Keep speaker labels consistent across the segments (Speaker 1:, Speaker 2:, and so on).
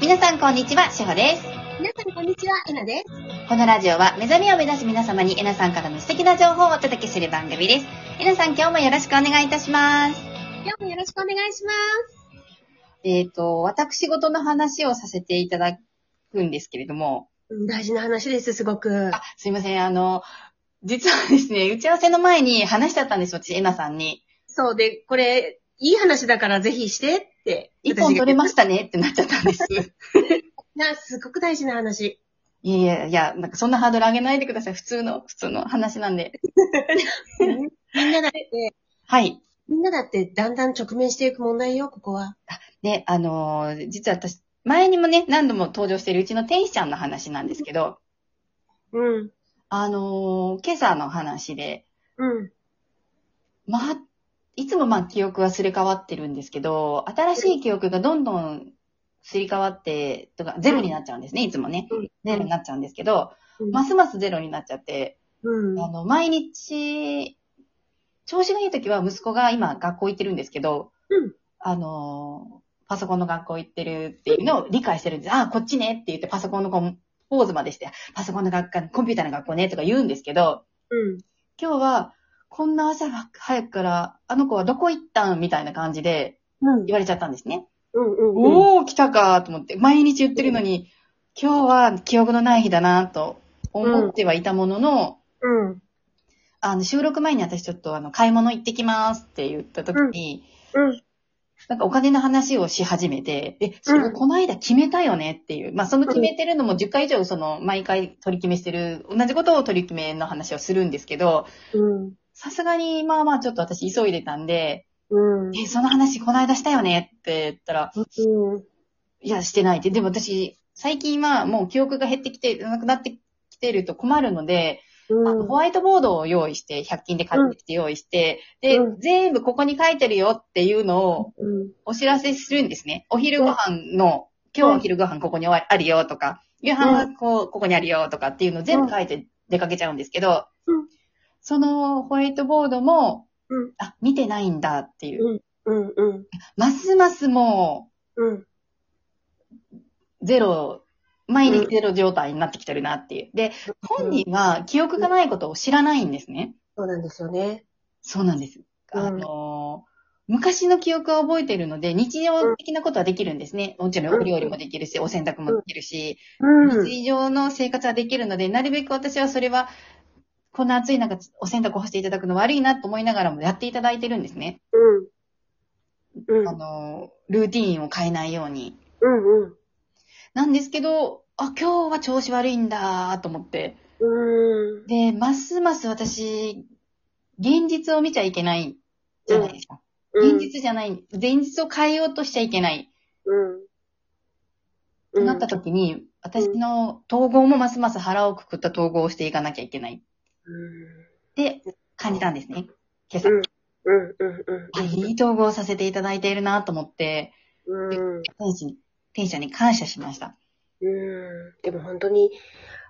Speaker 1: 皆さんこんにちは、しほです。
Speaker 2: 皆さん、こんにちは。えなです。
Speaker 1: このラジオは目覚めを目指す皆様にえなさんからの素敵な情報をお届けする番組です。えなさん今日もよろしくお願いいたします。
Speaker 2: 今日もよろしくお願いしま
Speaker 1: えっ、と、私事の話をさせていただくんですけれども、
Speaker 2: す。うん大事な話です、すごく。
Speaker 1: あ、すいません、あの、実はですね、打ち合わせの前に話しちゃったんです、私、えなさんに。
Speaker 2: そうで、これ、いい話だからぜひしてって。
Speaker 1: 一本取れま
Speaker 2: し
Speaker 1: したねってなっちゃったんです。
Speaker 2: な、すごく大事な話。
Speaker 1: いやいやいや、なんかそんなハードル上げないでください。普通の、普通の話なんで。
Speaker 2: みんなだって、
Speaker 1: はい。
Speaker 2: みんなだってだんだん直面していく問題よ、ここは。
Speaker 1: で、あのー実は私、前にもね、何度も登場しているうちの天使ちゃんの話なんですけど、
Speaker 2: うん。
Speaker 1: あのー今朝の話で、
Speaker 2: うん。
Speaker 1: まあ、いつもまあ記憶はすり替わってるんですけど、新しい記憶がどんどんすり替わって、とか、ゼロになっちゃうんですね、いつもね。
Speaker 2: うん
Speaker 1: ゼロになっちゃうんですけど、
Speaker 2: うん
Speaker 1: ますますゼロになっちゃって、
Speaker 2: うん。
Speaker 1: あの、毎日、調子がいい時は息子が今学校行ってるんですけど、
Speaker 2: うん
Speaker 1: あの、パソコンの学校行ってるっていうのを理解してるんです。あ、こっちねって言ってパソコンのこうポーズまでして、パソコンの学科、コンピューターの学校ねとか言うんですけど、
Speaker 2: うん。
Speaker 1: 今日はこんな朝早くから、あの子はどこ行ったんみたいな感じで
Speaker 2: うん。
Speaker 1: 言われちゃったんですね。
Speaker 2: うん。うん。うん。
Speaker 1: おー、来たかと思って、毎日言ってるのに、今日は記憶のない日だなと思ってはいたものの、
Speaker 2: うん。
Speaker 1: あの、収録前に私ちょっとあの、買い物行ってきますって言った時に、
Speaker 2: うん。
Speaker 1: なんかお金の話をし始めて、え、そ
Speaker 2: うん
Speaker 1: れこの間決めたよねっていう。まあ、その決めてるのも10回以上その、毎回取り決めしてる、同じことを取り決めの話をするんですけど、
Speaker 2: うん。
Speaker 1: さすがに、まあまあちょっと私急いでたんで、
Speaker 2: うん。
Speaker 1: え、その話この間したよねって言ったら、
Speaker 2: うん。
Speaker 1: いや、してないって。でも私、最近はもう記憶が減ってきて、なくなってきてると困るので、あ
Speaker 2: う
Speaker 1: の
Speaker 2: ん
Speaker 1: ホ。ワイトボードを用意して、100均で買ってきて用意して、で、
Speaker 2: うん
Speaker 1: 全部ここに書いてるよっていうのを
Speaker 2: うん。
Speaker 1: お知らせするんですね。お昼ご飯の、今日はお昼ご飯ここにあるよとか、夕飯はこうここにあるよとかっていうのを全部書いて出かけちゃうんですけど、
Speaker 2: うん
Speaker 1: そのホワイトボードも、
Speaker 2: うん
Speaker 1: あ、見てないんだっていう。
Speaker 2: うん。うん。
Speaker 1: ますますも
Speaker 2: うん。
Speaker 1: う、ゼロ、毎日ゼロ状態になってきてるなっていう。で、本人は記憶がないことを知らないんですね。
Speaker 2: そうなんですよね。
Speaker 1: そうなんです。
Speaker 2: うん
Speaker 1: あのー昔の記憶は覚えてるので、日常的なことはできるんですね。もちろんお料理もできるし、お洗濯もできるし、
Speaker 2: うん。
Speaker 1: 日常の生活はできるので、なるべく私はそれは、こんな暑い中、お洗濯を干していただくの悪いなと思いながらもやっていただいてるんですね。
Speaker 2: うん。うん
Speaker 1: あ。のールーティーンを変えないように。
Speaker 2: うん。うん。
Speaker 1: なんですけど、あ、今日は調子悪いんだと思って。
Speaker 2: うん。
Speaker 1: で、ますます私、現実を見ちゃいけないじゃないですか。現実じゃない、現実を変えようとしちゃいけない、
Speaker 2: う
Speaker 1: と
Speaker 2: ん。
Speaker 1: なった時に、私の統合もますます腹をくくった統合をしていかなきゃいけない
Speaker 2: うん。
Speaker 1: って感じたんですね。今朝。
Speaker 2: うんうん。うん。
Speaker 1: あ、いい統合をさせていただいているなと思って、
Speaker 2: うん。
Speaker 1: 天使に、天使に感謝しました。
Speaker 2: うん。でも本当に、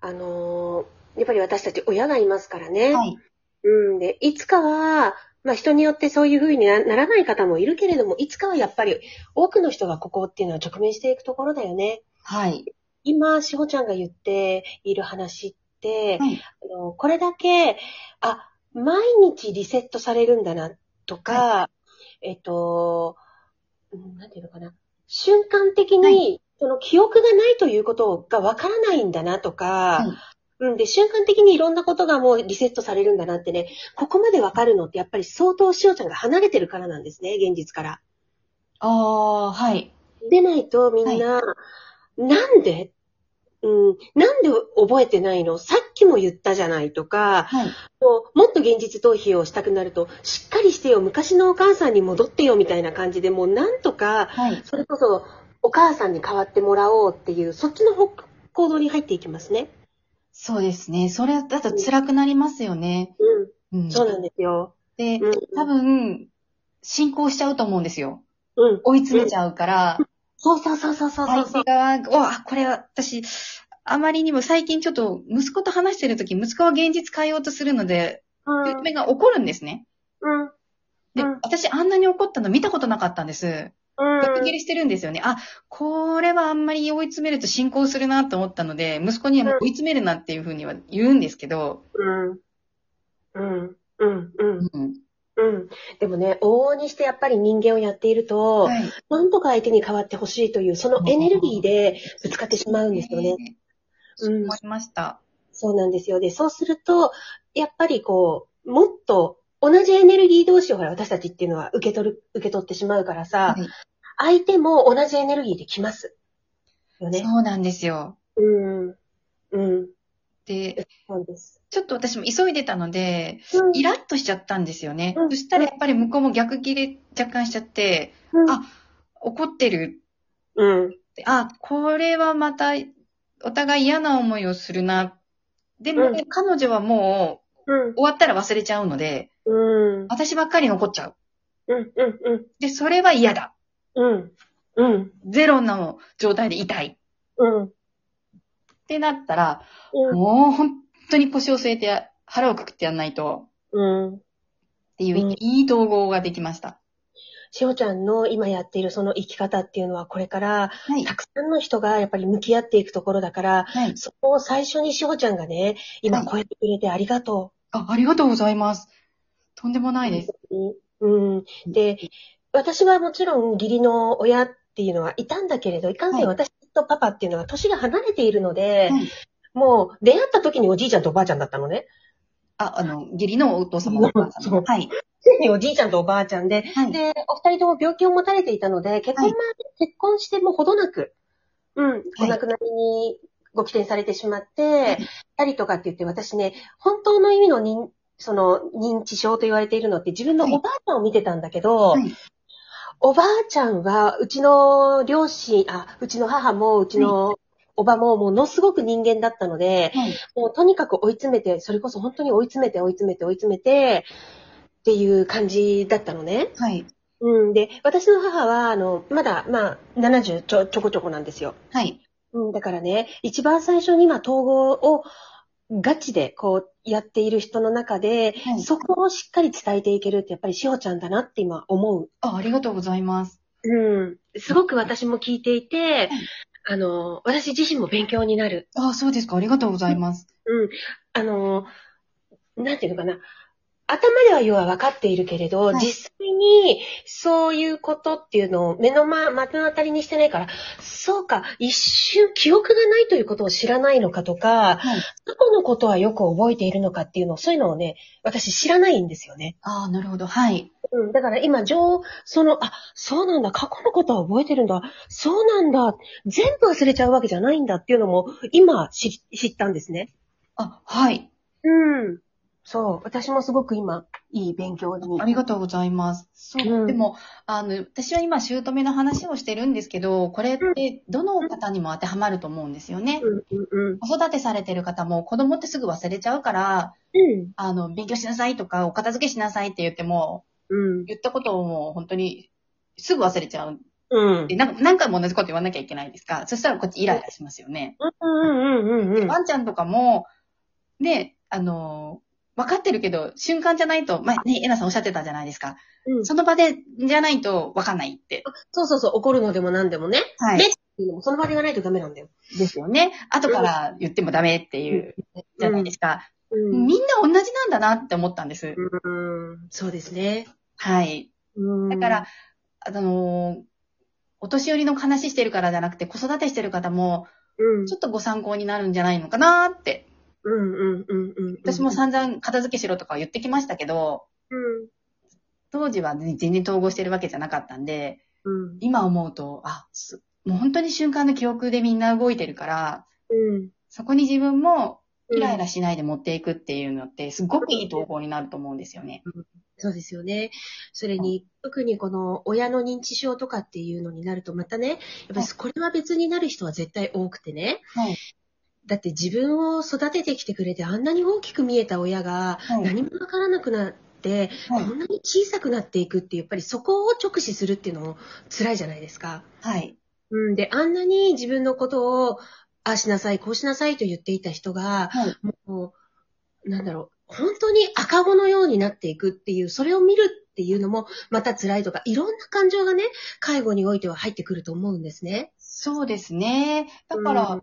Speaker 2: あのーやっぱり私たち親がいますからね。
Speaker 1: はい。
Speaker 2: うん。で、いつかは、まあ人によってそういうふうになならない方もいるけれども、いつかはやっぱり多くの人がここっていうのは直面していくところだよね。
Speaker 1: はい。
Speaker 2: 今、しほちゃんが言っている話って、
Speaker 1: はい
Speaker 2: あのこれだけ、あ、毎日リセットされるんだな、とか、えっと、うんなんていうのかな、瞬間的に、
Speaker 1: は
Speaker 2: その記憶がないということがわからないんだな、とか、
Speaker 1: はい
Speaker 2: うんで、瞬間的にいろんなことがもうリセットされるんだなってね、ここまでわかるのってやっぱり相当しほちゃんが離れてるからなんですね、現実から。
Speaker 1: ああ、はい。
Speaker 2: でないとみんな、なんでうん、なんで覚えてないのさっきも言ったじゃないとか、
Speaker 1: はい。
Speaker 2: こうもっと現実逃避をしたくなると、しっかりしてよ、昔のお母さんに戻ってよみたいな感じでもうなんとか、
Speaker 1: はい。
Speaker 2: それこそお母さんに代わってもらおうっていう、そっちの方行動に入っていきますね。
Speaker 1: そうですね。それだと辛くなりますよね。
Speaker 2: う
Speaker 1: うん。
Speaker 2: ん、そうなんですよ。
Speaker 1: で
Speaker 2: うん、
Speaker 1: 多分、進行しちゃうと思うんですよ。
Speaker 2: うん。
Speaker 1: 追い詰めちゃうから、
Speaker 2: そうそうそうそうそうそう
Speaker 1: 相手側が、おあ、これ私、あまりにも最近ちょっと息子と話してるとき、息子は現実変えようとするので、
Speaker 2: うん。
Speaker 1: 娘が怒るんですね。
Speaker 2: うん。
Speaker 1: で、
Speaker 2: うん
Speaker 1: 私あんなに怒ったの見たことなかったんです。逆
Speaker 2: う
Speaker 1: 切
Speaker 2: ん。
Speaker 1: りしてるんですよね。あ、これはあんまり追い詰めると進行するなと思ったので、息子にはもう追い詰めるなっていうふうには言うんですけど、
Speaker 2: うん。うん。うん。うん。
Speaker 1: うん。
Speaker 2: うん。でもね、往々にしてやっぱり人間をやっていると、
Speaker 1: はい。
Speaker 2: なんとか相手に変わってほしいという、そのエネルギーでぶつかってしまうんですよね。
Speaker 1: ね。
Speaker 2: うん
Speaker 1: 思いました。
Speaker 2: そうなんですよ。で、そうすると、やっぱりこう、もっと同じエネルギー同士をほら、私たちっていうのは受け取る、受け取ってしまうからさ、
Speaker 1: はい
Speaker 2: 相手も同じエネルギーで来ます。よね。
Speaker 1: そうなんですよ。
Speaker 2: うん。うん。
Speaker 1: で、
Speaker 2: そうです。
Speaker 1: ちょっと私も急いでたので、
Speaker 2: うん
Speaker 1: イラッとしちゃったんですよね。
Speaker 2: うん
Speaker 1: そしたらやっぱり向こうも逆切れ若干しちゃって、あ怒ってる
Speaker 2: うん。
Speaker 1: ってあ、これはまたお互い嫌な思いをするな。でも、
Speaker 2: うん
Speaker 1: 彼女はも
Speaker 2: うん
Speaker 1: う。終わったら忘れちゃうので、
Speaker 2: うん。
Speaker 1: 私ばっかり残っちゃう。
Speaker 2: うん。うん。うん。
Speaker 1: で、それは嫌だ。
Speaker 2: うん。うん。
Speaker 1: ゼロの状態でいたい。
Speaker 2: うん。
Speaker 1: ってなったら、
Speaker 2: うん。
Speaker 1: もう本当に腰を据えてや腹をくくってやんないと、
Speaker 2: うん。
Speaker 1: っていう、
Speaker 2: うん
Speaker 1: いい統合ができました。
Speaker 2: しおちゃんの今やっているその生き方っていうのはこれから
Speaker 1: はい。
Speaker 2: たくさんの人がやっぱり向き合っていくところだから、
Speaker 1: はい。
Speaker 2: そこを最初にしおちゃんが
Speaker 1: は
Speaker 2: ね、今
Speaker 1: い
Speaker 2: 超えてくれてありがと
Speaker 1: あ、ありがとうございます。とんでもないです。
Speaker 2: う。うん。で、私はもちろん義理の親っていうのはいたんだけれど、いかんせ
Speaker 1: はい
Speaker 2: ん私とパパっていうのは年が離れているので、
Speaker 1: はい
Speaker 2: もう出会った時におじいちゃんとおばあちゃんだった のね。
Speaker 1: あ、あの、義理のお父様、お母
Speaker 2: そ
Speaker 1: 様。
Speaker 2: う
Speaker 1: はい。
Speaker 2: 常におじいちゃんとおばあちゃんで、
Speaker 1: はい。
Speaker 2: で、お二人とも病気を持たれていたので、結婚前、
Speaker 1: は
Speaker 2: 結婚してもうほどなく、うん、お亡くなりにご起点されてしまって、たりとかって言って、私ね、本当の意味の認、その、認知症と言われているのって、自分の
Speaker 1: はい
Speaker 2: おばあちゃんを見てたんだけど、
Speaker 1: はい
Speaker 2: おばあちゃんは、うちの両親、あ、うちの母も、うちの、おばもものすごく人間だったので、
Speaker 1: はい。
Speaker 2: もうとにかく追い詰めて、それこそ本当に追い詰めて追い詰めて追い詰めて、っていう感じだったのね。
Speaker 1: はい。
Speaker 2: うん、で、私の母は、あの、まだ、まあ、70ちょ、ちょこちょこなんですよ。
Speaker 1: はい。
Speaker 2: うん、だからね、一番最初に、まあ、統合をガチで、こう、やっている人の中で、
Speaker 1: はい
Speaker 2: そこをしっかり伝えていけるって、やっぱり、しほちゃんだなって今思う。
Speaker 1: あ、ありがとうございます。
Speaker 2: うん。すごく私も聞いていて
Speaker 1: い、
Speaker 2: あの、私自身も勉強になる。
Speaker 1: あ、そうですか。ありがとうございます。
Speaker 2: うん。あの、なんていうのかな。頭では要は分かっているけれど、
Speaker 1: い
Speaker 2: 実際にそういうことっていうのを目のま、目の当たりにしてないから、そうか、一瞬記憶がないということを知らないのかとか、
Speaker 1: はい
Speaker 2: 過去のことはよく覚えているのかっていうのを、そういうのをね、私知らないんですよね。
Speaker 1: あなるほど。はい。
Speaker 2: うん、だから今、情、その、あ、そうなんだ、過去のことは覚えてるんだ、そうなんだ、全部忘れちゃうわけじゃないんだっていうのも、今知知ったんですね。
Speaker 1: あ、はい。
Speaker 2: うん。そう。私もすごく今、いい勉強に。
Speaker 1: ありがとうございます。そう。
Speaker 2: うん
Speaker 1: でも、あの、私は今、姑の話をしてるんですけど、これって、どの方にも当てはまると思うんですよね。
Speaker 2: うんうん
Speaker 1: 子育てされてる方も、子供ってすぐ忘れちゃうから、
Speaker 2: うん。
Speaker 1: あの、勉強しなさいとか、お片付けしなさいって言っても、
Speaker 2: うん。
Speaker 1: 言ったことをもう本当に、すぐ忘れちゃう。
Speaker 2: うん。
Speaker 1: で、なんか何回も同じこと言わなきゃいけないですか。そしたらこっちイライラしますよね。
Speaker 2: うんうんうんうん。
Speaker 1: ワンちゃんとかも、ね、あのー分かってるけど、瞬間じゃないと、まあ、ね、エナさんおっしゃってたじゃないですか。
Speaker 2: うん
Speaker 1: その場で、じゃないと分かんないって。
Speaker 2: そうそうそう、怒るのでも何でもね。
Speaker 1: は
Speaker 2: ねその場でがないとダメなんだよ。
Speaker 1: ですよね。後から言ってもダメっていう、じゃないですか。
Speaker 2: うん。
Speaker 1: みんな同じなんだなって思ったんです。
Speaker 2: うん。そうですね。
Speaker 1: はい。
Speaker 2: うん。
Speaker 1: だから、、あのーお年寄りの話してるからじゃなくて、子育てしてる方も、
Speaker 2: うん
Speaker 1: ちょっとご参考になるんじゃないのかなって。
Speaker 2: うんうんうんうん。
Speaker 1: 私も散々片付けしろとか言ってきましたけど、
Speaker 2: うん。
Speaker 1: 当時はね全然統合してるわけじゃなかったんで、
Speaker 2: うん。
Speaker 1: 今思うと、あ、すもう本当に瞬間の記憶でみんな動いてるから、
Speaker 2: うん。
Speaker 1: そこに自分も
Speaker 2: うん
Speaker 1: イライラしないで持っていくっていうのって、すごくいい統合になると思うんですよね。
Speaker 2: そうですよね。それに、特にこの親の認知症とかっていうのになると、またね、やっぱりこれは別になる人は絶対多くてね。
Speaker 1: はい
Speaker 2: だって自分を育ててきてくれてあんなに大きく見えた親が
Speaker 1: はい
Speaker 2: 何もわからなくなって、
Speaker 1: はい
Speaker 2: こんなに小さくなっていくってやっぱりそこを直視するっていうのも辛いじゃないですか。
Speaker 1: はい。
Speaker 2: うん、で、あんなに自分のことをああしなさい、こうしなさいと言っていた人が、
Speaker 1: はい。
Speaker 2: もう、なんだろう、本当に赤子のようになっていくっていう、それを見るっていうのも、また辛いとか、いろんな感情がね、介護においては入ってくると思うんですね。
Speaker 1: そうですね。だから、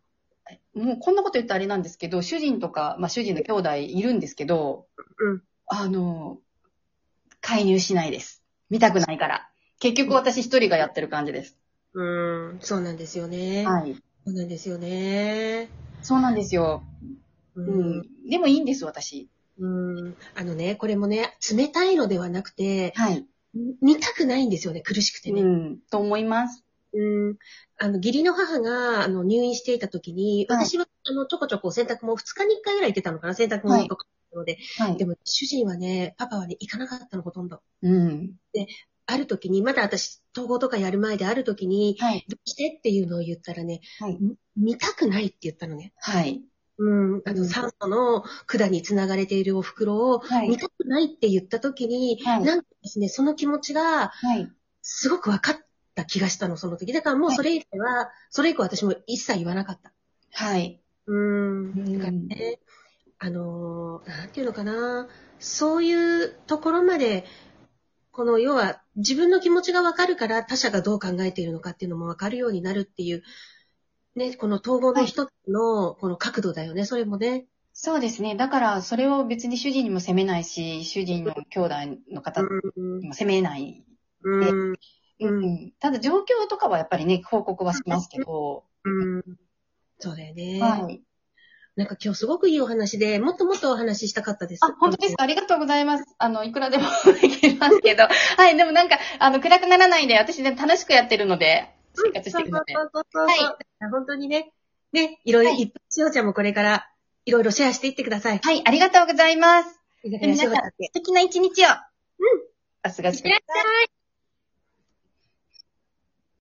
Speaker 1: もうこんなこと言ったらあれなんですけど、主人とか、まあ主人の兄弟いるんですけど、
Speaker 2: うん
Speaker 1: あの、介入しないです。見たくないから。結局私一人がやってる感じです。
Speaker 2: うん、そうなんですよね。
Speaker 1: はい。
Speaker 2: そうなんですよね。
Speaker 1: そうなんですよ。うん。でもいいんです、私。
Speaker 2: うん。あのね、これもね、冷たいのではなくて、
Speaker 1: はい。
Speaker 2: 見たくないんですよね、苦しくて
Speaker 1: う
Speaker 2: ね。
Speaker 1: ん。と思います。
Speaker 2: うん。あの、義理の母が、あの、入院していた時に、
Speaker 1: はい
Speaker 2: 私は、あの、ちょこちょこ洗濯も2日に1回ぐらい行ってたのかな、洗濯もとか。ので、
Speaker 1: はい
Speaker 2: で。も、主人はね、パパはね、行かなかったの、ほとんど。
Speaker 1: うん。
Speaker 2: ある時に、まだ私、統合とかやる前である時に、
Speaker 1: はい。
Speaker 2: どうしてっていうのを言ったらね、
Speaker 1: はい
Speaker 2: み見たくないって言ったのね。
Speaker 1: はい。
Speaker 2: うん。あ
Speaker 1: う
Speaker 2: の、
Speaker 1: ん
Speaker 2: 酸素の管につながれているお袋を、
Speaker 1: は
Speaker 2: 見
Speaker 1: い。
Speaker 2: たくないって言った時に、
Speaker 1: はい
Speaker 2: なんかですね、その気持ちが
Speaker 1: はい。
Speaker 2: すごく分かった気がしたの、その時。だからもうそれ以外は、それ以降私も一切言わなかった。
Speaker 1: はい。
Speaker 2: うん。だからね、あのーなんていうのかな、そういうところまで、この要は自分の気持ちが分かるから他者がどう考えているのかっていうのも分かるようになるっていう、ね、この統合の一つの、この角度だよね、それもね。
Speaker 1: そうですね。だから、それを別に主人にも責めないし、主人の兄弟の方
Speaker 2: うん
Speaker 1: にも責めない。
Speaker 2: うん。
Speaker 1: うんん。ただ、状況とかはやっぱりね、報告はしますけど、
Speaker 2: うん。そうだよね。
Speaker 1: はい。
Speaker 2: なんか今日すごくいいお話で、もっともっとお話ししたかったです。
Speaker 1: あ、本当ですかありがとうございます。あの、いくらでもできますけど。 はい、でもなんか、あの、暗くならないで、私ね、楽しくやってるので、生活していくので。
Speaker 2: そうそうそうそう
Speaker 1: はい
Speaker 2: 本当にね。ね、いろいろ、
Speaker 1: はい
Speaker 2: い、しおちゃんもこれから、いろいろシェアしていってください。
Speaker 1: はい、ありがとうございます。
Speaker 2: い。
Speaker 1: 皆さん、素敵な一日を、うん。お過ごしください。